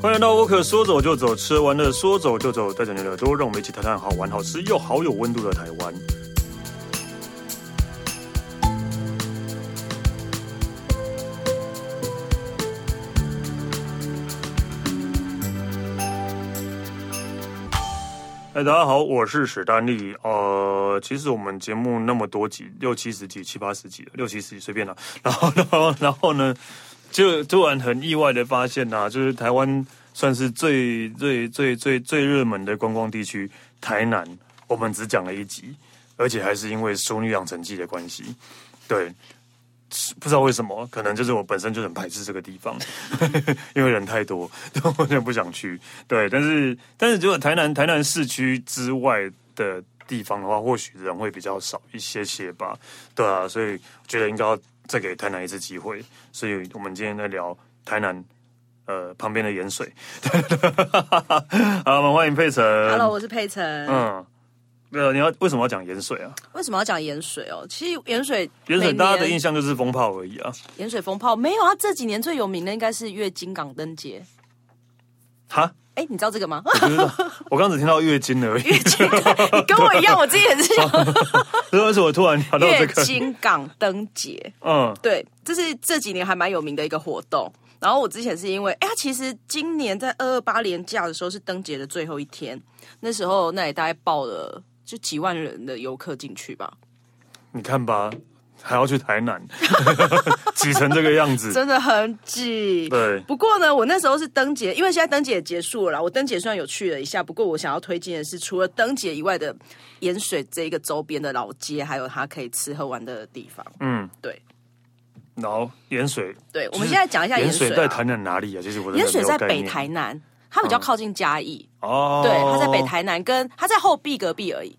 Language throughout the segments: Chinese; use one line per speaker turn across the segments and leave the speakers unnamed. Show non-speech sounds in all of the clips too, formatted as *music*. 欢迎来到沃克，说走就走，吃完了说走就走，带着你的耳朵，让我们一起谈谈好玩、好吃又好有温度的台湾。嗨，哎大家好，我是史丹利。呃，其实我们节目那么多集，六七十集、七八十集，六七十集随便啦。然后，然后，然后呢，就突然很意外的发现呐、就是台湾算是最最最最最热门的观光地区，台南，我们只讲了一集，而且还是因为《淑女养成记》的关系，对。不知道为什么，可能就是我本身就很排斥这个地方，因为人太多，我就不想去。对，但是但是如果台南台南市区之外的地方的话，或许人会比较少一些些吧。对啊，所以觉得应该要再给台南一次机会。所以我们今天在聊台南，呃，旁边的盐水。 *laughs* 好，我们欢迎佩晨。
Hello，我是佩晨。
嗯，呃，你要为什么要讲盐水啊？
为什么要讲盐水哦？其实盐水，
盐水大家的印
象，
象就是风炮而已啊。
盐水风炮没有啊。这几年最有名的应该是月经港灯
*laughs*
节。
哈，
哎，你知道这个吗？ *laughs*
不知道， *laughs* 我刚刚只听到月经而已。
月经，你跟我一样，我自己也是想
所以为什么我突然聊到这
月
个？
经港灯
*laughs*
节。
嗯，
对，这是这几年还蛮有名的一个活动。然后我之前是因为，哎，它其实今年在二二八连假的时候是灯节的最后一天，那时候那里大概报了就几万人的游客进去吧，
你看吧，还要去台南， *laughs* 挤成这个样子。
真的很挤。
对，
不过呢，我那时候是灯节，因为现在灯节也结束了啦。我灯节虽然有去了一下，不过我想要推荐的是，除了灯节以外的盐水这一个周边的老街，还有它可以吃喝玩乐的地方。
嗯，
对
然后盐水，
对，我们现在讲一下
盐
盐
水
水、
在
啊。
台南哪里啊？其实我真的
盐水
没有
在
概
北
念
台南，它比较靠近嘉义，
哦，
对，它在北台南，跟它在后壁隔壁而已。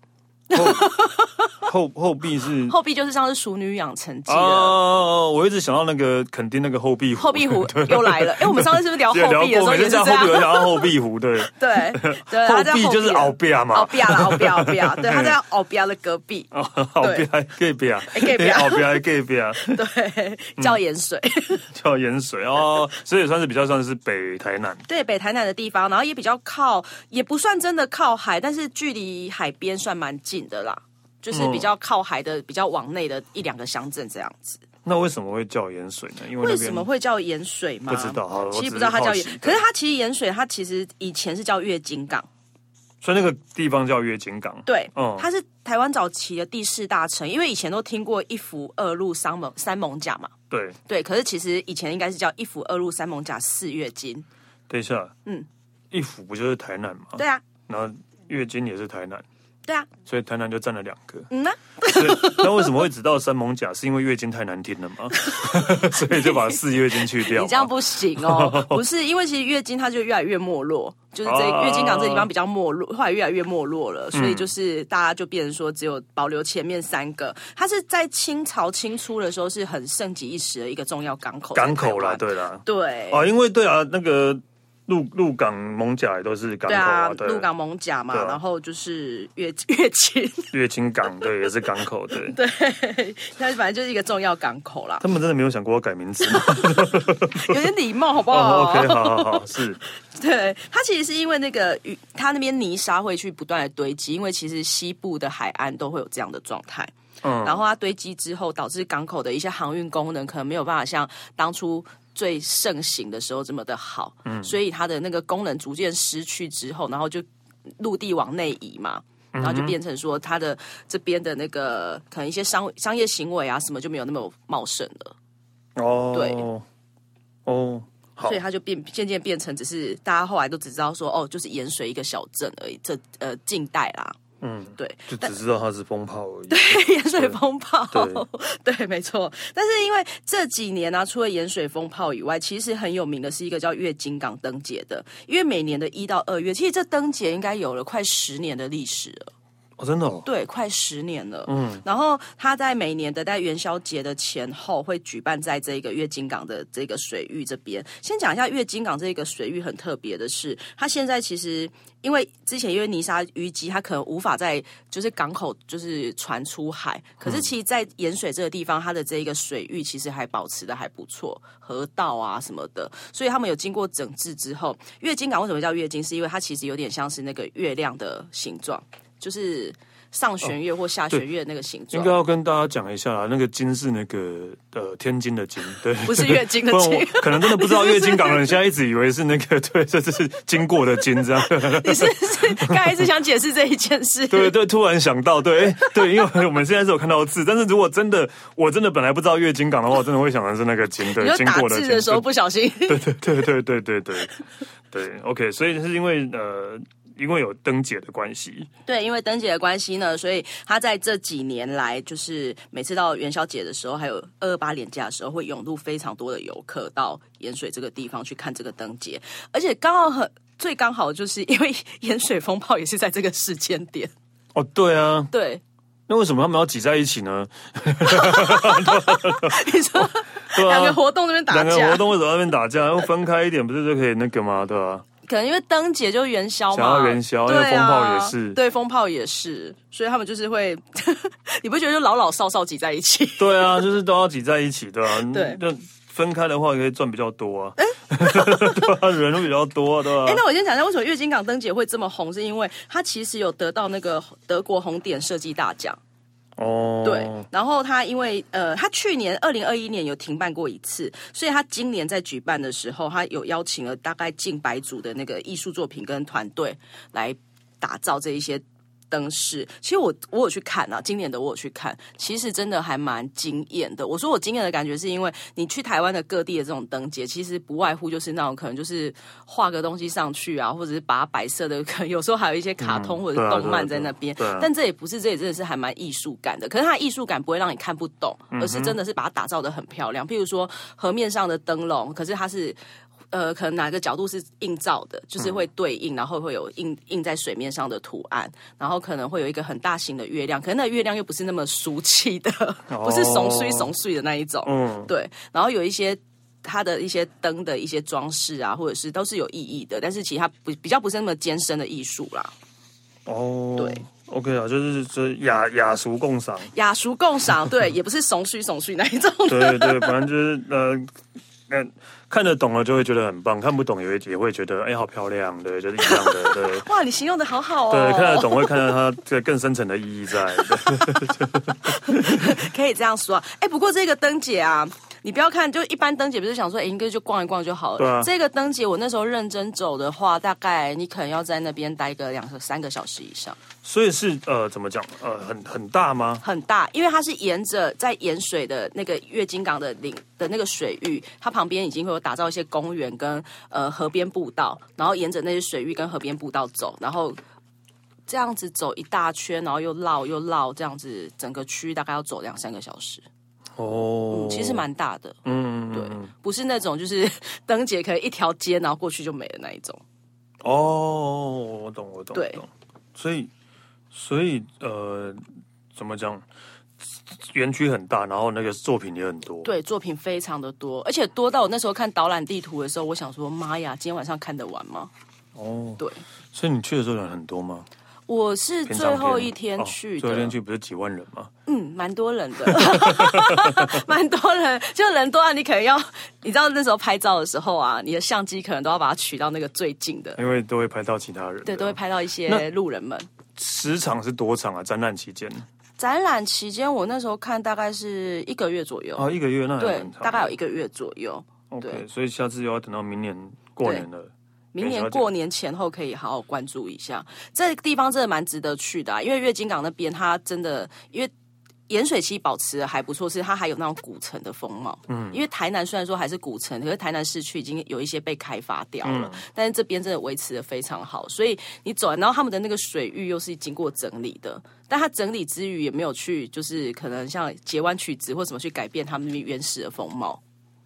后后壁是
后壁就是像是《熟女养成记》的。
哦，我一直想到那个垦丁那个后壁湖，
后壁 *laughs*
*laughs*
湖又来了，哎、我们上次是不是聊
也
后
聊
壁的时啊
过，
候
每
也
次
是这
讲
样
后？壁，我想到后壁湖，对，
对对，它
后
在啊
壁就是
了
鳌壁啊
鳌
嘛，
壁啦，鳌壁鳌壁 *laughs* 啊，对，它在鳌壁的隔壁。
*laughs* 鳌壁还 gay 壁啊
隔壁啊
*laughs* 鳌壁还 gay 壁啊，
*laughs* 对，叫盐水，
嗯叫盐水哦，所以算是比较算是北台南。
对，北台南的地方，然后也比较靠，也不算真的靠海，但是距离海边算蛮近的啦，就是
嗯
比较靠海的，比较往内的一两个乡镇这样子。
那为什么会叫盐水呢？因为那
为
边
什么会叫盐水吗？
不知道好我
其
只
实
是
不知道它叫
好奇
盐，可是它其实盐水，它其实以前是叫月经港，
所以那个地方叫月经港。
对，
嗯
它是台湾早期的第四大城，因为以前都听过一府二路三盟三盟甲嘛，
对，
对，可是其实以前应该是叫一府二路三盟甲四月经，
等一下，
嗯，
一府不就是台南吗？
对啊，
然后月经也是台南，
对啊，
所以台南就占了两个。
嗯呐、
所
*laughs*
以那为什么会只到三艋甲？是因为月经太难听了吗？ *laughs* 所以就把四月经去掉吗。
你这样不行
*laughs*
哦，不是因为其实月经它就越来越没落，就是这
啊嗯
月经港这地方比较没落，后来越来越没落了，所以就是大家就变成说只有保留前面三个，它是在清朝清初的时候是很盛极一时的一个重要港口，
港口啦，
对
对啦，
对。
啊，因为对啊，那个鹿鹿港、蒙甲也都是港口
对啊
啊，，对，
鹿港蒙甲嘛，
对啊
然后就是月月经， *laughs*
月经港对也是港口，对。
对， *laughs* 它反正就是一个重要港口
*laughs*
啦，
他们真的没有想过要改名字
*laughs*
吗？
有点礼貌好不
哦
好？
，OK，好好好，是
*laughs* 对，它其实是因为那个雨，它那边泥沙会去不断的堆积，因为其实西部的海岸都会有这样的状态。
嗯
然后它堆积之后，导致港口的一些航运功能可能没有办法像当初最盛行的时候这么的好。嗯，所以它的那个功能逐渐失去之后，然后就陆地往内移嘛。然后就变成说，它的这边的那个可能一些商商业行为啊什么就没有那么茂盛了，
哦，
对，
哦，好
所以，它就变渐渐变成只是大家后来都只知道说哦，就是盐水一个小镇而已。这呃近代啦，
嗯，
对，
就只知道它是风炮而已。
盐水风炮，
对
*laughs* 对，没错。但是因为这几年呢、啊，除了盐水风炮以外，其实很有名的是一个叫月经港灯节的，因为每年的一到二月，其实这灯节应该有了快十年的历史了。
哦，真的哦，
对，快十年了。嗯，然后他在每年的在元宵节的前后会举办在这个月经港的这个水域这边。先讲一下月经港这个水域很特别的是，它现在其实因为之前因为泥沙淤积，它可能无法在就是港口就是船出海，可是其实，在盐水这个地方，它的这一个水域其实还保持的还不错，河道啊什么的，所以他们有经过整治之后，月经港为什么叫月经？是因为它其实有点像是那个月亮的形状。就是上弦月或下弦月那个形
哦应
状，
该要跟大家讲一下啦。那个金是那个呃天津的金，对，
不是月
*laughs*
经的
不然
经
我。可能真的不知道月经港的人现在一直以为是那个 *laughs* 对，这这是经过的经这样。
*laughs*
*laughs*
你是不是刚才是想解释这一件事？
对对，突然想到，对哎对，因为我们现在是有看到字，但是如果真的我真的本来不知道月经港的话，我真的会想的是那个经，
*laughs* 你
对，
说
经
打
过
字
经
的时候不小心， *laughs*
*laughs* 对对对对对对，OK，所 *laughs* 以是因为呃，因为有灯节的关系，
对，因为灯节的关系呢，所以他在这几年来，就是每次到元宵节的时候，还有二二八连假的时候，会涌入非常多的游客到盐水这个地方去看这个灯节，而且刚好很最刚好就是因为 *laughs* 盐水风暴也是在这个时间点，
哦，对啊，
对， *laughs*
那为什么他们要挤在一起呢？
你说
对
两个
啊，
活动那边打
两个
架
活，动为什么要在那边打
*laughs*
架？要分开一点，不是就可以那个吗？对吧、
可能因为灯节就是元宵
想要
嘛，
元宵
对
因为风炮也
啊，
是
对，风炮也是，所以他们就是会， *laughs* 你不觉得就老老少少挤在
*laughs*
一起？
对
*laughs*
啊，就是都要挤在一起，对吧、
对
那分开的话可以赚比较多啊， *laughs* 对啊，人会比较多、啊，对吧、
哎、那我先讲一下为什么月经港灯节会这么红，是因为它其实有得到那个德国红点设计大奖。
哦，
对，然后他因为呃，他去年二零二一年有停办过一次，所以他今年在举办的时候，他有邀请了大概近百组的那个艺术作品跟团队来打造这一些。灯饰，其实我我有去看啊，今年的我有去看，其实真的还蛮惊艳的。我说我惊艳的感觉，是因为你去台湾的各地的这种灯节，其实不外乎就是那种可能就是画个东西上去啊，或者是把它白色的，可能有时候还有一些卡通或者
对
是
啊
动
对啊
漫
对
在
啊
那边。
对啊
但这也不是，这也真的是还蛮艺术感的。可是它的艺术感不会让你看不懂，
嗯
而是真的是把它打造的很漂亮。譬如说河面上的灯笼，可是它是。呃，可能哪个角度是映照的，
嗯
就是会对应，然后会有映映在水面上的图案，然后可能会有一个很大型的月亮，可能那个月亮又不是那么俗气的，不是怂碎怂碎的那一种，
哦嗯，
*laughs* 对，然后有一些它的一些灯的一些装饰啊，或者是都是有意义的，但是其实它不比较不是那么艰深的艺术啦。
哦，
对。
OK 啊，就是这雅雅俗共赏，
雅俗共
*laughs*
赏，对，也不是怂虚怂虚那一种的。
对对，反正就是呃，那看得懂了就会觉得很棒，看不懂也会也会觉得哎、好漂亮，对，就是一样的，
*laughs*
对
哇，你形容的好好哦，
对，看得懂会看到它这更深层的意义在。对
可以这样说啊。哎，不过这个灯节啊，你不要看，就一般灯节不是想说，哎，应该就逛一逛就好了。
对啊
这个灯节我那时候认真走的话，大概你可能要在那边待个两个三个小时以上，
所以是呃，怎么讲呃，很很大吗？
很大，因为它是沿着在盐水的那个月经港的领的那个水域，它旁边已经会有打造一些公园跟呃河边步道，然后沿着那些水域跟河边步道走，然后这样子走一大圈，然后又绕又绕，这样子整个区大概要走两三个小时，
哦
嗯，其实蛮大的，
嗯，
对
嗯嗯，
不是那种就是灯节可以一条街然后过去就没了那一种，
哦，我懂我懂，
对
我懂。所以所以呃，怎么讲？园区很大，然后那个作品也很多。
对，作品非常的多，而且多到我那时候看导览地图的时候，我想说妈呀，今天晚上看得完吗？
哦，
对。
所以你去的时候人很多吗？
我是
平
最
常
后一天去
哦
的，
最后一天去不是几万人吗？
嗯，蛮多人的， *laughs* 蛮多人，就人多啊，你可能要，你知道那时候拍照的时候啊，你的相机可能都要把它取到那个最近的，
因为都会拍到其他人。
对，都会。拍到一
那
些路人们。
时长是多长啊？展览期间
展览期间，我那时候看大概是一个月左右，
哦，一个月那还
对
蛮，长的。
大概有一个月左右。
OK，
对
所以下次又要等到明年过年了。
明
了
年
解
过年前后可以好好关注一下，这个地方真的蛮值得去的、啊，因为月经港那边它真的因为。盐水期保持的还不错，是它还有那种古城的风貌。嗯，因为台南虽然说还是古城，可是台南市区已经有一些被开发掉了，
嗯
但是这边真的维持的非常好。所以你走，然后他们的那个水域又是经过整理的，但它整理之余也没有去，就是可能像截弯曲直或什么去改变他们那边原始的风貌。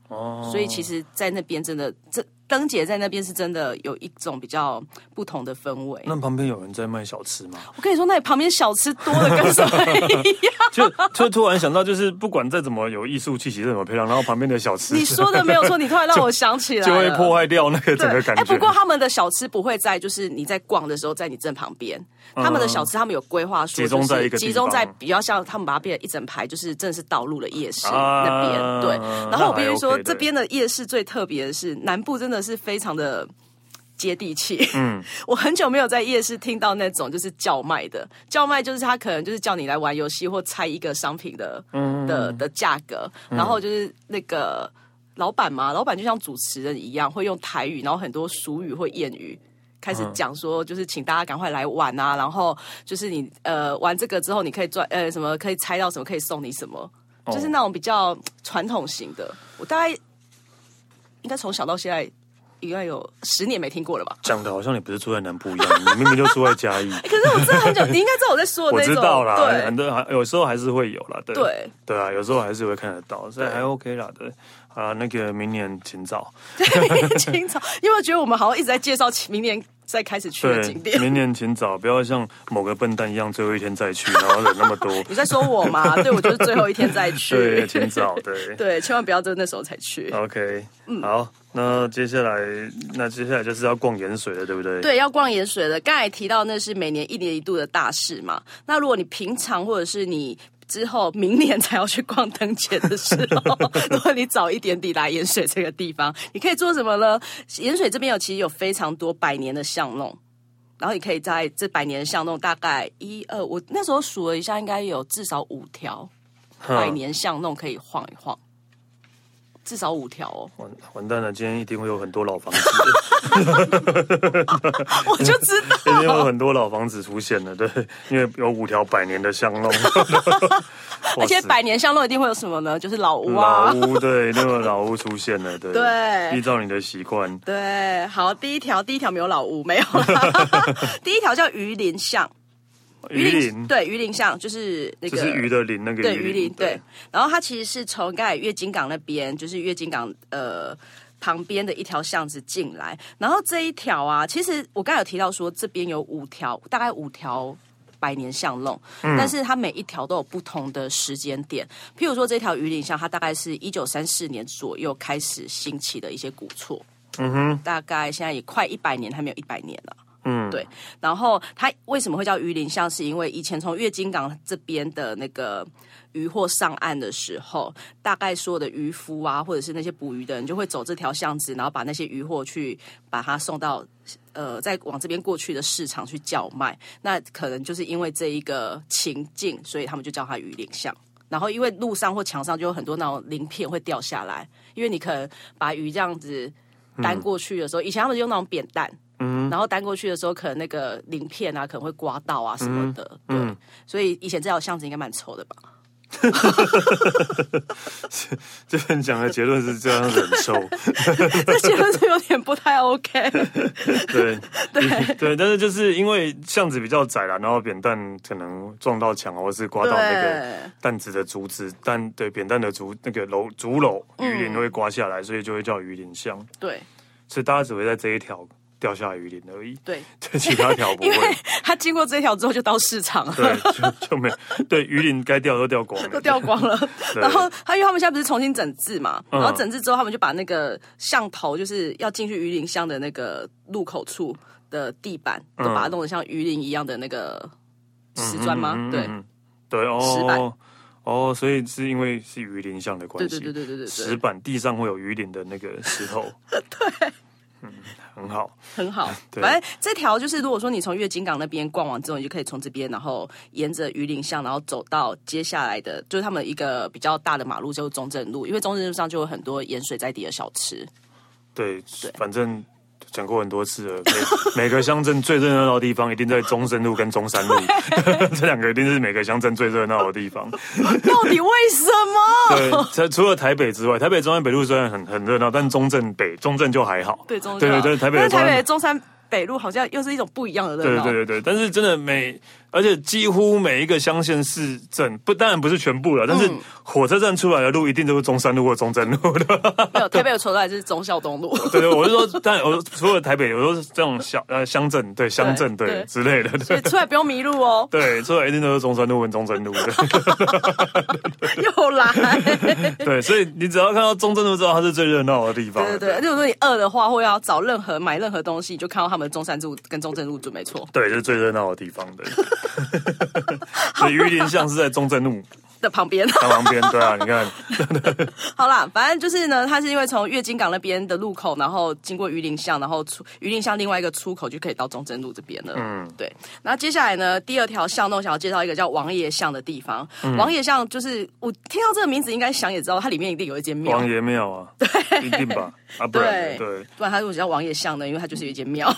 哦，
所以其实，在那边真的，这灯节在那边是真的有一种比较不同的氛围。
那旁边有人在卖小吃吗？
我跟你说，那里旁边小吃多的跟什么一样？
*laughs* 就就突然想到，就是不管再怎么有艺术气息、再怎么漂亮，然后旁边的小吃
你说的没有错，你突然让我想起来
就会
了
破坏掉那个整个感
哎、
觉。
不过他们的小吃不会在，就是你在逛的时候，在你正旁边。他们的小吃，他们有规划说，
嗯集中在一个
就是集
地方
中在比较像他们把它变成一整排，就是真的是道路的夜市、
啊
那边。对，然后我必须
那还
说
OK，，对
这边的夜市最特别的是，南部真的是非常的。接地气，嗯， *laughs* 我很久没有在夜市听到那种就是叫卖的，叫卖就是他可能就是叫你来玩游戏或猜一个商品的，
嗯
的的价格，然后就是那个老板嘛，老板就像主持人一样，会用台语，然后很多俗语或谚语。开始
嗯
讲说，就是请大家赶快来玩啊！然后就是你呃玩这个之后，你可以赚呃什么，可以猜到什么，可以送你什么，
哦
就是那种比较传统型的。我大概应该从小到现在，应该有十年没听过
*laughs*
了吧？
讲的好像你不是住在南部一样，你明明就住在嘉
*laughs*
义。
可是我真的很久，你应该知道我在说的
我
那
知
种，
道啦，
对
很多还有时候还是会有啦，对
对
对啊，有时候还是会看得到，所以还 OK 啦，对。啊，那个明年请早，
*laughs* 清朝，因为我觉得我们好像一直在介绍明年再开始去的景点。
明年请早，不要像某个笨蛋一样，最后一天再去，然后人那么多。
*laughs* 你在说我吗？对，我就是最后一天再去。
对，请早，对。
*laughs* 对千万不要在那时候才去。
OK，好，
嗯
那接下来，那接下来就是要逛盐水了，对不对？，
对，要逛盐水的。刚才提到那是每年一年一度的大事嘛。那如果你平常或者是你之后明年才要去逛灯节的时候，如果你早一点抵达盐水这个地方，你可以做什么呢？盐水这边有其实有非常多百年的巷弄。然后你可以在这百年的巷弄，大概一二，我那时候数了一下，应该有至少五条百年巷弄可以晃一晃，至少五条
*laughs*
哦。
完完蛋了，今天一定会有很多老房子， *laughs*
我就知道，
一定会有很多老房子出现了，对， *laughs* 因为有五条百年的巷弄，
*laughs* 而且
哇塞
百年巷弄一定会有什么呢？就是老屋啊
老。屋，对，那个老屋出现了，对，
对
依照你的习惯，
对，好，第一条，第一条没有老屋，没有
*laughs*
啦。第一条叫鱼鳞巷，
鱼鳞，
对，鱼鳞巷就是那个
就是鱼的鳞，那个
对
鱼
鱼
鳞
鳞，对。然后它其实是从刚才月经港那边，就是月经港呃旁边的一条巷子进来。然后这一条啊，其实我刚才有提到说这边有五条，大概五条。百年巷弄，但是它每一条都有不同的时间点。譬如说，这条鱼鳞巷，它大概是一九三四年左右开始兴起的一些古厝，嗯哼，大概现在也快一百年，还没有一百年了。
嗯，
对。然后它为什么会叫鱼鳞巷？是因为以前从月经港这边的那个渔获上岸的时候，大概所有的渔夫啊，或者是那些捕鱼的人，就会走这条巷子，然后把那些渔获去把它送到。呃，再往这边过去的市场去叫卖，那可能就是因为这一个情境，所以他们就叫它鱼鳞巷。然后因为路上或墙上就有很多那种鳞片会掉下来，因为你可能把鱼这样子担过去的时候，以前他们用那种扁担，然后担过去的时候，可能那个鳞片啊，可能会刮到啊什么的。对，所以以前这条巷子应该蛮臭的吧？
*laughs* 这边讲的结论是这样忍受，
*laughs* 这结论是有点不太
*laughs*
OK。
对对对，但是就是因为巷子比较窄啦，然后扁担可能撞到墙，或是刮到那个
对，
担子的竹子，但对扁担的竹那个楼竹篓鱼鳞会刮下来，所以就会叫鱼鳞巷，
对，
所以大家只会在这一条掉下鱼鳞而已，
对，
对其他条不
因为
会。
他经过这条之后就到市场了。
对，就就没对鱼鳞该掉都掉光了，
*laughs* 都掉光了，
对嗯
然后他因为他们现在不是重新整治嘛，然后整治之后，他们就把那个巷头，就是要进去鱼鳞巷的那个入口处的地板，都把它弄得像鱼鳞一样的那个石砖吗？
嗯嗯嗯嗯
对，
嗯对
石板
哦哦，所以是因为是鱼鳞像的关
对
系，
对对对对对
石
对，
板地上会有鱼鳞的那个石
*laughs*
头，对，嗯，很好，
很好。
*laughs* 对
反正这条就是，如果说你从月经港那边逛完之后，你就可以从这边，然后沿着鱼鳞巷，然后走到接下来的，就是他们一个比较大的马路，就是中正路，因为中正路上就有很多盐水在地的小
*laughs*
吃。
对，反正。讲过很多次了，每每个乡镇最热闹的地方一定在中山路跟中山路， *laughs* 这两个一定是每个乡镇最热闹的地方。
到底为什么？
对，除除了台北之外，台北中山北路虽然很很热闹，但中正北中正就还好。
对，中
对对对，台北
但
的
是
中
台
山
北的中山北路好像又是一种不一样的热
对
闹。
对对对，但是真的每，而且几乎每一个乡县市镇，不当然不是全部了，但
嗯
是火车站出来的路一定都是中山路或中正路的。
没有台北有存在就是忠孝
*laughs*
东路，
对对，我是说，但我除了台北，有时候是这种小呃乡镇，对乡镇
对
对
对
之类的，
所 *laughs*
对
以出来不用迷路哦。
对，出来一定都是中山路跟中正
*laughs*
路的。
又来。
对，所以你只要看到中正路，知道它是最热闹的地方。
对对对，如果你饿的话，或要找任何买任何东西，你就看到他们中山路跟中正路准没错
对，就是最热闹的地方
*laughs*
对。所以榆林巷是在中正路
的旁边。
它旁边，对啊，你看，
好啦，反正就是呢，它是因为从月经港那边的路口，然后经过榆林巷，然后出榆林巷另外一个出口就可以到中正路这边了。嗯，对。那接下来呢，第二条巷弄想要介绍一个叫王爷巷的地方。王爷巷就是我听到这个名字，应该想也知道它里面一定有一间庙
王。爷庙
*laughs*
啊，一定吧？啊，不
对
然对，
不然它为什么叫王爷巷呢？因为它就是有一间庙，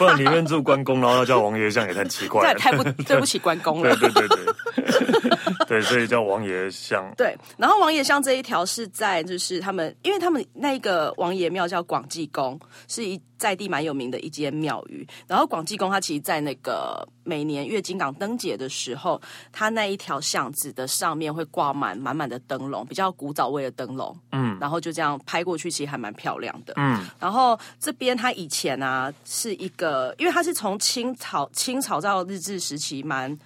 不然里面住关公，然后叫王爷像也太奇
这
怪
也
了。
*laughs* 太不对不起关公了
对。对对对，
*laughs*
对，所以叫王爷像。
对，然后王爷巷这一条是在就是他们，因为他们那个王爷庙叫广济宫，是一在地蛮有名的一间庙宇。然后广济宫它其实，在那个每年月经港灯节的时候，它那一条巷子的上面会挂满满满的灯笼，比较古早味的灯笼。嗯，然后就这样拍过去，其实还蛮漂亮的。嗯，然后这边它以前啊是一个，因为它是从清朝清朝到日治时期蛮。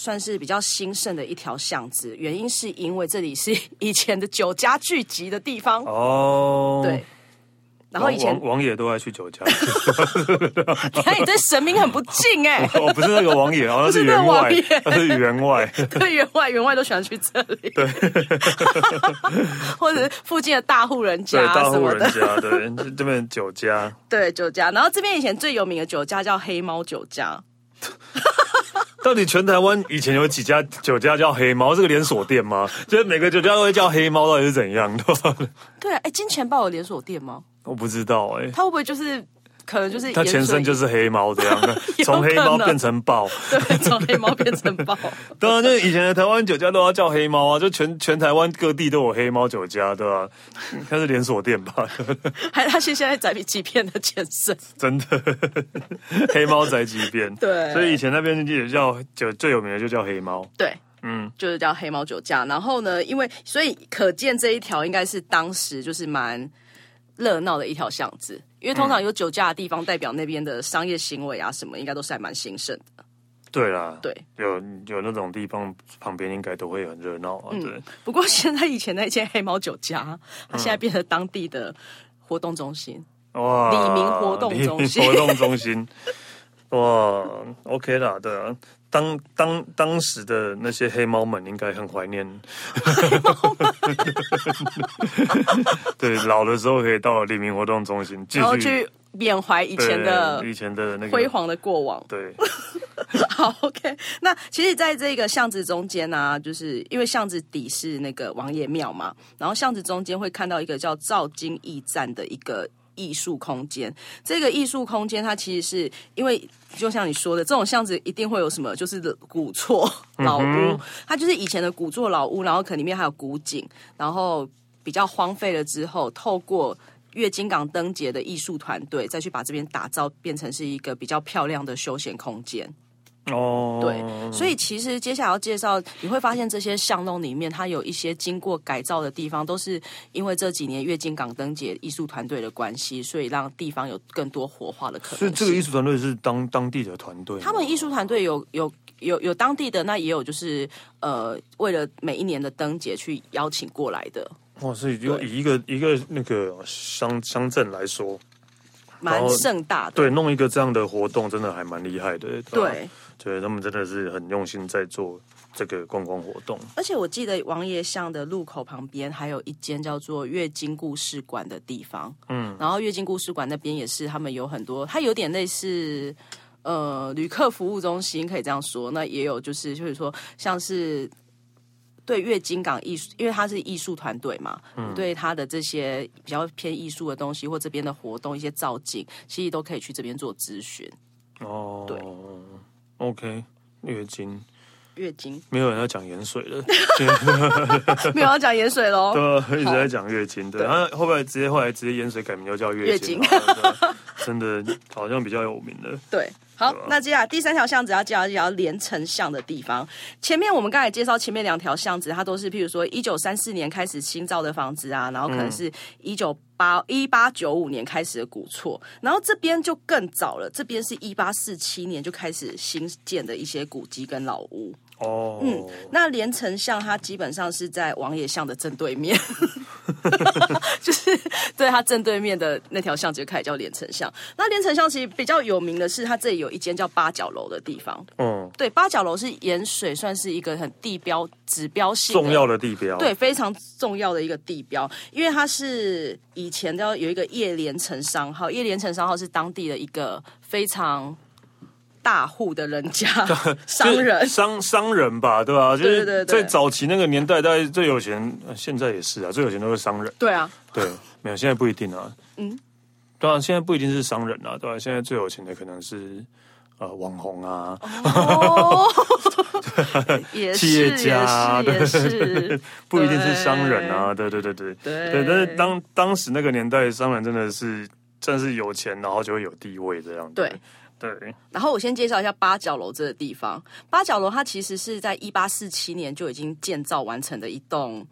算是比较兴盛的一条巷子，原因是因为这里是 *laughs* 以前的酒家聚集的地方，
哦，
对。然后以前
王，王王爷都爱去酒家， *laughs*
你看你 *laughs* 对神明很不敬哎、
哦，不是那个王爷，哦，那是
不是那
员
个王
外
爷，
那是员
*laughs*
外，
对员外员外都喜欢去这里，对， *laughs* 或者是附近的大户人家
对，大
什
户
么
人
的，
家，对，这这边酒家，
对酒家。然后这边以前最有名的酒家叫黑猫酒家，
到底全台湾以前有几家酒家叫黑猫？是个连锁店吗？ *laughs* 就是每个酒家都会叫黑猫，到底是怎样的？ *laughs*
对，哎，金钱豹有连锁店吗？
我不知道哎、
它会不会就是可能就是
它前身就是是黑猫这样的
有，
从黑
可
猫
能
变成豹。
对，从黑猫变成豹。
当然，就是以前的台湾酒家都要叫黑猫啊，就全全台湾各地都有黑猫酒家，对吧、它是连锁店吧？ *laughs*
还他现在在几片的前身，
真的， *laughs* 黑猫宅急便。
对
所以以前那边也叫就最有名的就叫黑猫。
对，
嗯，
就是叫黑猫酒驾。然后呢，因为所以可见这一条应该是当时就是蛮热闹的一条巷子，因为通
嗯
常有酒驾的地方，代表那边的商业行为啊什么，应该都是还蛮兴盛的。
对啦，
对，
有有那种地方旁边应该都会很热闹啊。
嗯
对，
不过现在以前那间黑猫酒家，它现在
嗯
变成当地的活动中心。
哇
李明活动中心
李明活动中心，
*laughs*
哇，OK 啦，对啊。当当当时的那些黑猫们应该很怀念， *laughs* 对，老的时候可以到黎明活动中心继
然后
续
去缅怀以
对
前的
以前的那个
辉，煌的过往。
对，
好，OK。那其实，在这个巷子中间呢、啊就是因为巷子底是那个王爷庙嘛，然后巷子中间会看到一个叫赵金驿站的一个艺术空间。这个艺术空间，它其实是因为就像你说的，这种巷子一定会有什么，就是古厝老屋，它就是以前的古厝老屋，然后可能里面还有古井，然后比较荒废了之后，透过月经港灯节的艺术团队，再去把这边打造变成是一个比较漂亮的休闲空间。
哦，
对，所以其实接下来要介绍，你会发现这些巷弄里面，它有一些经过改造的地方，都是因为这几年月经港灯节艺术团队的关系，所以让地方有更多活化的可
所以
能
这个艺
性。
术团队是当当地的团队吗，
他们艺术团队有有有有当地的，那也有就是呃，为了每一年的灯节去邀请过来的，
哇，所以就以一个一个那个乡乡镇来说，
蛮
哦
盛大的。
对，弄一个这样的活动真的还蛮厉害的，吧
对，
对他们真的是很用心在做这个观光活动。
而且我记得王爷巷的路口旁边还有一间叫做月经故事馆的地方，嗯，然后月经故事馆那边也是他们有很多，它有点类似。呃，旅客服务中心可以这样说，那也有就是，就是说，像是对月经港艺术，因为它是艺术团队嘛，对它的这些比较偏艺术的东西或这边的活动一些造景，其实都可以去这边做咨询。
哦，
对
，OK，月经，
月经，
没有人要讲盐水了，
没有要讲盐水喽。
对，一直在讲月经，对，然后后来直接后来直接盐水改名就叫月经
月
了，对 *laughs* 真的好像比较有名的。
*laughs* 对，好，那接下来第三条巷子要介绍一条连城巷的地方。前面我们刚才介绍前面两条巷子，它都是譬如说一九三四年开始新造的房子啊，然后可能是一九八一八九五年开始的古厝，然后这边就更早了，这边是一八四七年就开始新建的一些古迹跟老屋。
哦，
那连城巷它基本上是在王爷巷的正对
*laughs*
面，就是对它正对面的那条巷就开始叫连城巷。那连城巷其实比较有名的是，它这里有一间叫八角楼的地方。
嗯，
对，八角楼是盐水算是一个很地标指标性的
重要的地标，
对，，非常重要的一个地标，因为它是以前叫有一个叶连城商号，叶连城商号是当地的一个非常大户的人家
*laughs*
商人，
商商人吧，对吧？就是
对对对
在早期那个年代，大概最有钱，呃现在也是啊，最有钱都是商人。
对啊，
对，
*laughs*
没有，现在不一定啊。嗯，对啊，现在不一定是商人啊，对吧、现在最有钱的可能是呃网红啊， *laughs*
哦，也是
企业家啊
也是
对
也是，
不一定是商人啊。对对对对
对
对，但是当当时那个年代，商人真的是真的是有钱，然后就会有地位这样。
对
对，
然后我先介绍一下八角楼这个地方。八角楼它其实是在一八四七年就已经建造完成的一栋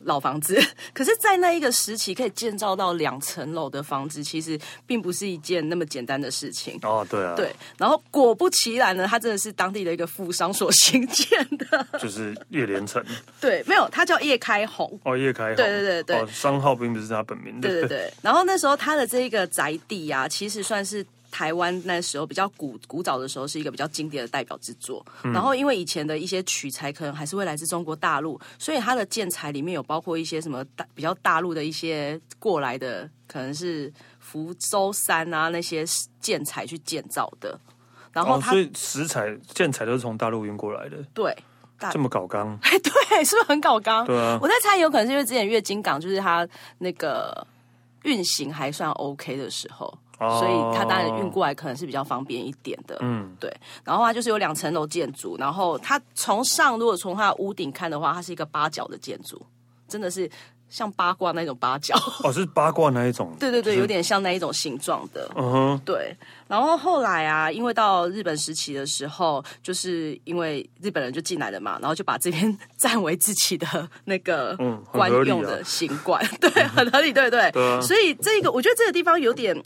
老房子， *laughs* 可是，在那一个时期可以建造到两层楼的房子，其实并不是一件那么简单的事情。
哦对啊，
对，然后果不其然呢，它真的是当地的一个富商所 *laughs* 兴建的。
就是叶连城
对，没有，它叫叶开宏。
哦，叶开宏
对对对对
哦，商号并不是他本名，
对
*laughs*
对对。然后那时候他的这一个宅地啊，其实算是。台湾那时候比较古古早的时候，是一个比较经典的代表之作。
嗯
然后，因为以前的一些取材可能还是会来自中国大陆，所以它的建材里面有包括一些什么大比较大陆的一些过来的，可能是福州山啊那些建材去建造的。然后
哦，
它、
所以食材建材都是从大陆运过来的，
对 *laughs* 大
这么搞刚，
哎，对，是不是很搞刚？
对啊
我在猜，有可能是因为之前月经港就是它那个运行还算 OK 的时候，
哦
啊所以它当然运过来可能是比较方便一点的。
嗯，
对。然后它就是有两层楼建筑，然后它从上如果从它的屋顶看的话，它是一个八角的建筑，真的是像八卦那种八
*laughs*
角。
哦，是八卦那一种，
对对对，
就是
有，点像那一种形状的。
嗯哼，
对，然后后来啊，因为到日本时期的时候，就是因为日本人就进来了嘛，然后就把这边 *laughs* 占为自己的那个
嗯很合
官用
理啊
的行馆， *laughs* 对，很合理，对对。
对啊
所以这个我觉得这个地方有点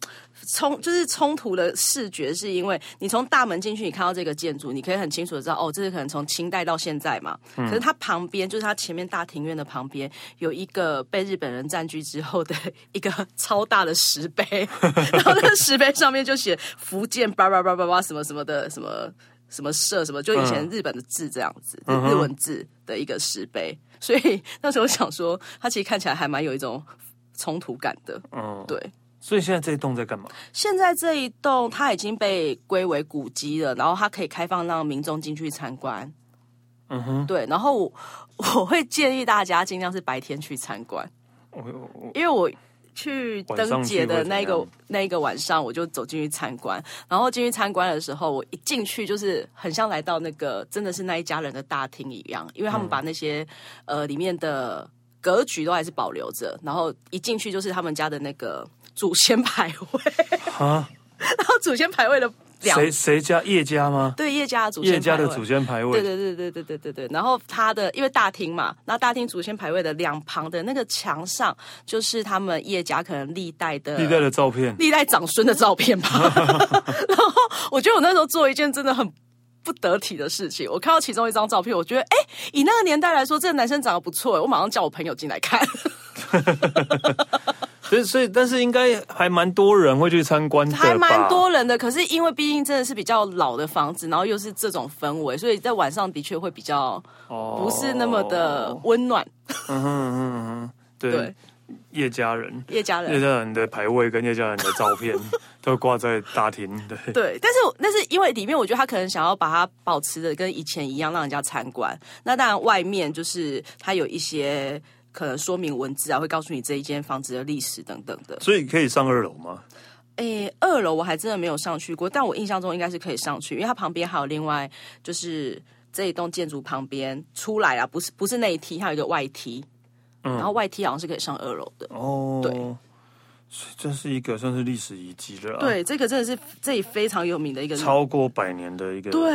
冲，就是冲突的视觉，是因为你从大门进去，你看到这个建筑，你可以很清楚的知道，哦，这是可能从清代到现在嘛。可是它旁边，就是它前面大庭院的旁边，有一个被日本人占据之后的一个超大的石碑， *laughs* 然后那个石碑上面就写福建叭叭叭叭叭什么什么的什么。什么社什么，就以前日本的字这样子，日日文字的一个石碑，所以那时候想说，它其实看起来还蛮有一种冲突感的。
嗯，
对，
所以现在这一栋在干嘛？
现在这一栋它已经被归为古迹了，然后它可以开放让民众进去参观。
嗯哼，
对，然后我 *laughs* 我会建议大家尽量是白天去参观，
我我
因为我去灯节的那
晚上去会
个
怎
那一个晚上，我就走进去参观。然后进去参观的时候，我一进去就是很像来到那个真的是那一家人的大厅一样，因
嗯
为他们把那些、呃里面的格局都还是保留着，然后一进去就是他们家的那个祖先 *laughs* 牌位，
啊，
然 *laughs* 后祖先牌位的两
谁谁家叶家吗？
对叶家的祖先
叶家的
牌位
祖先牌
对
位，
对对对对对对对。然后它的因为大厅嘛，然后大厅祖先牌位的两旁的那个墙上，就是他们叶家可能历代的
历代的照片，
历代长孙的照片 *laughs* 吧。然后我觉得我那时候做一件真的很。不得体的事情，我看到其中一张照片，我觉得，哎、以那个年代来说，这个男生长得不错，我马上叫我朋友进来看。
所以所以但是应该还蛮多人会去参观的吧？
还蛮多人的，可是因为毕竟真的是比较老的房子，然后又是这种氛围，所以在晚上的确会比较
哦，
不是那么的温暖。
嗯哼，嗯哼嗯哼，对
哦对，
叶家人。
叶家
叶
人。
家人的牌位跟叶家人的照片 *laughs* 都挂在大厅，对，
对，但是我但是因为里面，我觉得他可能想要把它保持的跟以前一样，让人家参观。那当然，外面就是它有一些可能说明文字啊，会告诉你这一间房子的历史等等的。
所以可以上二楼吗？
诶，哎二楼我还真的没有上去过，但我印象中应该是可以上去，因为它旁边还有另外就是这一栋建筑旁边出来啊，不是不是内梯，它有一个外梯，嗯然后外梯好像是可以上二楼的。
哦，
对
所以这是一个算是历史遗迹了、啊，，
对，这个真的是这里非常有名的一个
超过百年的一个，啊
对，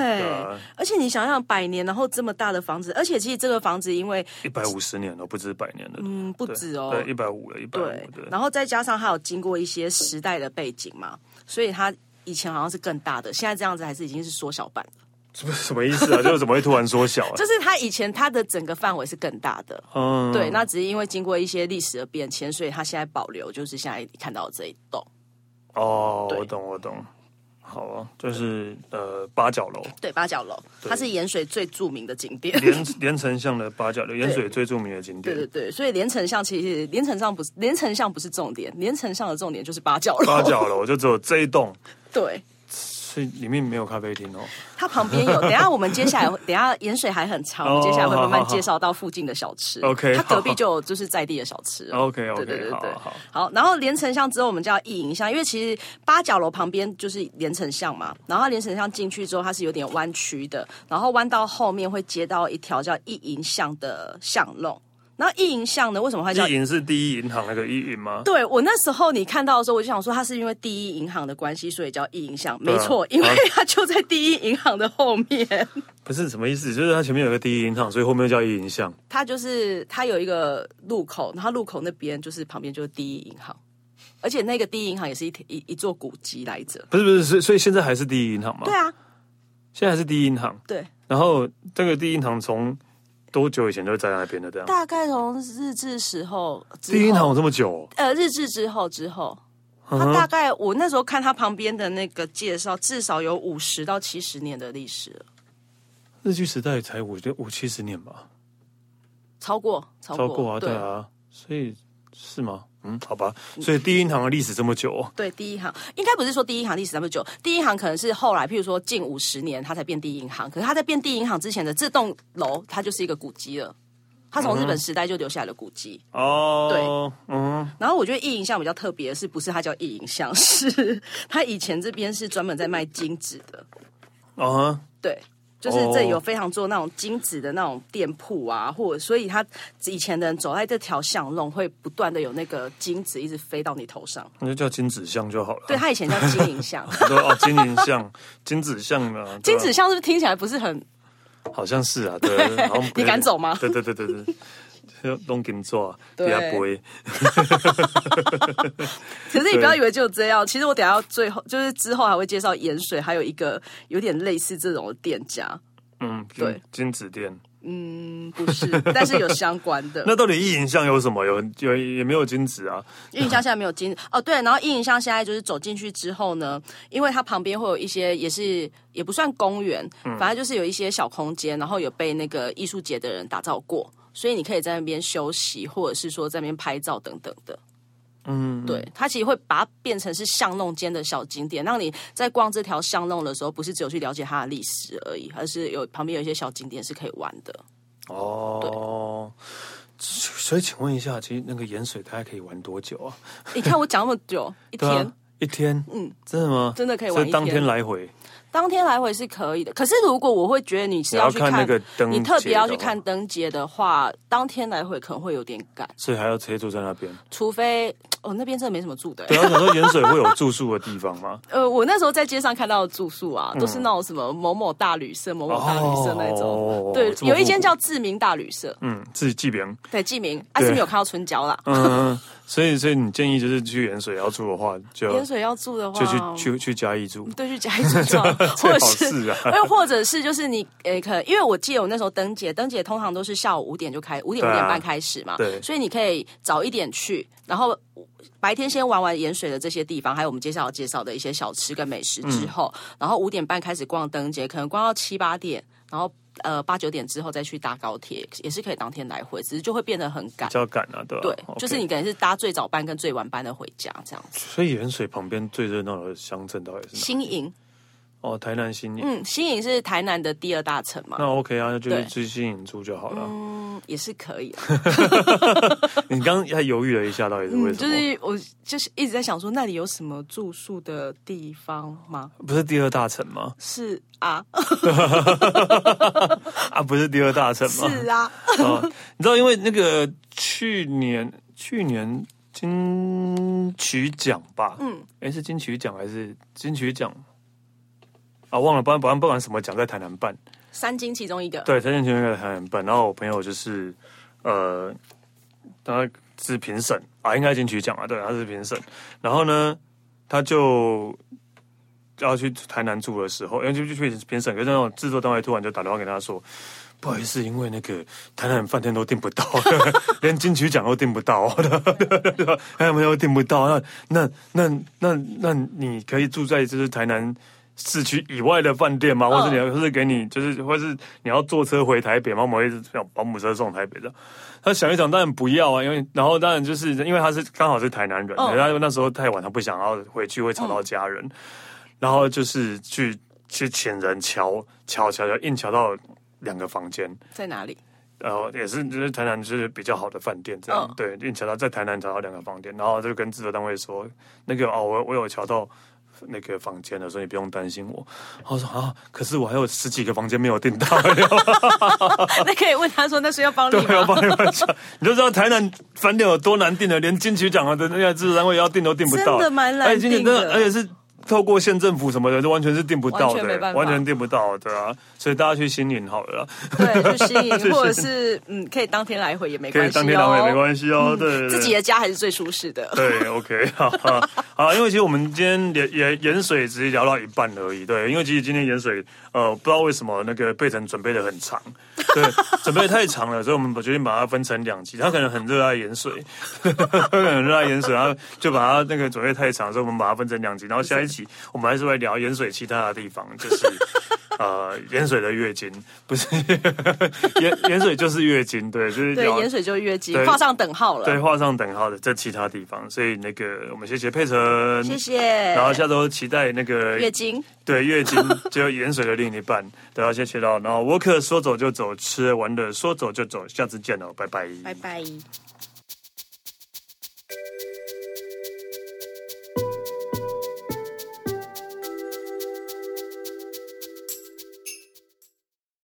而且你想想，百年然后这么大的房子，而且其实这个房子因为
一百五十年哦了，不止百年了，
嗯不
对
止哦，
对，一百五了，一百五，
对
对，
然后再加上它有经过一些时代的背景嘛，所以它以前好像是更大的，现在这样子还是已经是缩小版，
什么什么意思啊？就是怎么会突然缩小、
*laughs*
啊？
就是它以前它的整个范围是更大的，
嗯，
对，那只是因为经过一些历史的变迁，所以它现在保留就是现在看到的这一栋，
哦，
对
我懂，我懂。好啊，就是呃八角楼，
对，八角楼，
对
它是盐水最著名的景点。
连连城巷的八角楼，盐水最著名的景
*laughs* 对对
点。
对，所以连城巷其实连城巷不是连城巷不是重点，连城巷的重点就是八角楼。
八角楼就只有这一栋，
*laughs* 对，
所以里面没有咖啡厅哦。
它旁边 *laughs* 有。等一下我们接下来，等一下盐水还很长，我们接下来会慢慢介绍到附近的小吃。
好好好
它隔壁
好
就有就是在地的小 *laughs* 吃哦。
OK
对对
OK，
对
好
对
好，
好，然后连城巷之后，我们叫意营巷，因为其实八角楼旁边就是连城巷嘛。然后它连城巷进去之后，它是有点弯曲的，然后弯到后面会接到一条叫意营巷的巷弄。然后意营巷呢，为什么会叫
一银是第一银行那个一银吗？
对我那时候你看到的时候，我就想说，它是因为第一银行的关系，所以叫一银行。没错，因为它就在第一银行的后面。
不是什么意思，就是它前面有个第一银行，所以后面叫一银巷。
它就是它有一个路口，然后路口那边就是旁边就是第一银行，而且那个第一银行也是一一一座古迹来着。
不是不是，所以所以现在还是第一银行吗？
对，啊，
现在还是第一银行。
对，
然后这个第一银行从多久以前就在那边的？这样，
大概从日治时候之后，
第一银行有嗯这么久哦、
呃日治之后之后。它大概我那时候看它旁边的那个介绍，至少有五十到七十年的历史了，
日据时代才五六五七十年吧，
超过超过
超过啊，对
对
啊，所以是吗？嗯，好吧，所以第一银行的历史这么久哦、
对，第一行应该不是说第一行历史那么久，第一行可能是后来，譬如说近五十年它才变第一银行，可是它在变第一银行之前的这栋楼，它就是一个古迹了。它从日本时代就留下来的古迹，
哦，对，嗯，
然后我觉得意银巷比较特别的是，不是它叫意银巷，是它以前这边是专门在卖金纸的，
啊，
对，就是这里有
哦
非常多那种金纸的那种店铺啊，或者所以它以前的人走在这条巷弄，会不断的有那个金纸一直飞到你头上，
那就叫金子巷就好了。
对，它以前叫金银巷，
对哦，金银巷、 *laughs* 金子巷呢？对
金
啊
纸巷是不是听起来不是很
好像是啊，对，好
*laughs*
像不
你敢走吗
对对对对对。 *laughs* 就弄金做，
对
比较不会。
*laughs* 可是你不要以为就这样，其实我等一下最后就是之后还会介绍盐水，还有一个有点类似这种的店家，
嗯，
对
金金子店。
嗯，不是，但是有相关的。
那到底意银巷有什么？有有也没有金子啊？
印象现在没有金哦，对，然后印象现在就是走进去之后呢，因为它旁边会有一些也是也不算公园，
嗯
反正就是有一些小空间，然后有被那个艺术节的人打造过，所以你可以在那边休息，或者是说在那边拍照等等的。
嗯，
对，它其实会把它变成是巷弄间的小景点，让你在逛这条巷弄的时候，不是只有去了解它的历史而已，而是有旁边有一些小景点是可以玩的。
哦，所以请问一下，其实那个盐水大概可以玩多久啊？
你看我讲那么久，一
对
天、
啊，一天，嗯，真的吗？
真的可以玩
所
一
以
天
当天来回，
当天来回是可以的，可是如果我会觉得你是
你要
去
看那个灯
你特别要
节的哦话
去看灯节的话，当天来回可能会有点赶，
所以还要直接住在那边。
除非哦那边真的没什么住的、
对啊，我想说盐水会有住宿的地方吗？
呃，我那时候在街上看到的住宿啊，都是
嗯
那种什么某某大旅社、某某大旅社那种。
哦
对，
这么
有一间
复古
叫志明大旅社，
*laughs* 嗯，自己记名。
对，记明，啊，
对
是没有看到春娇啦。
嗯，所以所以你建议就是去盐水要住的话，就
盐哎水要住的话，哦
就去去去嘉义住。
对去加一住就好，或者
*laughs* 最好是
是
啊，
*laughs* 又或者是就是你呃，可因为我记得我那时候灯节，灯节通常都是下午五点就开，五点五
对啊
点半开始嘛，
对
所以你可以早一点去，然后白天先玩玩盐水的这些地方，还有我们接下来要介绍的一些小吃跟美食之后，
嗯
然后五点半开始逛灯节，可能逛到七八点，然后呃八九点之后再去搭高铁，也是可以当天来回，只是就会变得很赶
比。较赶啊，对吧？
对
OK
就是你。可能是搭最早班跟最晚班的回家这样子。
所以盐水旁边最热闹的乡镇到底是哪？
新营
哦，台南新营，
嗯，新营是台南的第二大城嘛，
那 OK 啊，那就是
对
去新营住就好了。
嗯，也是可以啊。
你刚刚还犹豫了一下，到底是为
嗯，
什
就
么？
是我就是一直在想说，那里有什么住宿的地方吗？
不是第二大城吗？
是
*laughs*
啊，
啊，不是第二大城吗？
是啊，
啊，你知道，因为那个去年去年金曲奖吧，嗯，哎，是金曲奖还是金曲奖？啊，忘了，不然不然不管什么奖在台南办，
三金其中一个，
对，台南金曲奖在台南办。然后我朋友就是，呃，他是评审啊，应该金曲奖啊，对，他是评审。然后呢，他就要去台南住的时候，因为就就去评审，可是那种制作单位突然就打电话给他说。不好意思，因为那个台南饭店都订不到，连金曲奖都订不到，他们都订不到。那那那那那你可以住在就是台南市区以外的饭店吗？或者你要是给你就是或是你要坐车回台北吗？我们会让保姆车送台北的。他想一想，当然不要啊，因为然后当然就是因为他是刚好是台南人，
嗯
然后、那时候太晚，他不想要回去会吵到家人，然后就是去去请人瞧瞧瞧瞧，硬瞧到两个房间，
在哪里？
然后也是就是台南就是比较好的饭店这样，
嗯
对，硬瞧到在台南找到两个房间，然后就跟制作单位说那个哦，我我有瞧到。那个房间了，所以你不用担心我。然后我说啊，可是我还有十几个房间没有订到，
那可以问他说，那是要帮你
对，我
吗？
帮你们讲， *laughs* 你就知道台南饭店有多难订了，连金曲奖啊的那个制作单位要订都订不到，
真的蛮难
而且金曲
订的
真而且是透过县政府什么的，就完全是订不到
完全没
的，
办法
完全订不到的啊！所以大家去新营好了啦，
对，去新
去新
营，
营
或者是嗯，可以当天来回也
*laughs*
没
可
关
以
系哦，
当天来回也没关系哦，对对，对
自己的家还是最舒适的。
对，OK，好， *laughs* 好好，因为其实我们今天也也盐水只是聊到一半而已，对，因为其实今天盐水呃不知道为什么那个贝腾准备的很长，对，准备得太长了，所以我们决定把它分成两集。他可能很热爱盐水， *laughs* 他可能很热爱盐水，然后就把它那个准备太长，所以我们把它分成两集。然后下一期我们还是会聊盐水其他的地方，就是。 *laughs* 呃，盐水的月经不是 *laughs* 盐盐水就是月经，对，就是
对，
聊
盐水就月经
对
画上等号
对，
了。
画上等号的在其他地方，所以那个我们谢谢佩晨，
谢谢。
然后下周期待那个
月经，
对月经 *laughs* 就盐水的另一半，对，要谢谢到，然后沃克说走就走，吃完的说走就走，下次见哦，拜拜，
拜拜。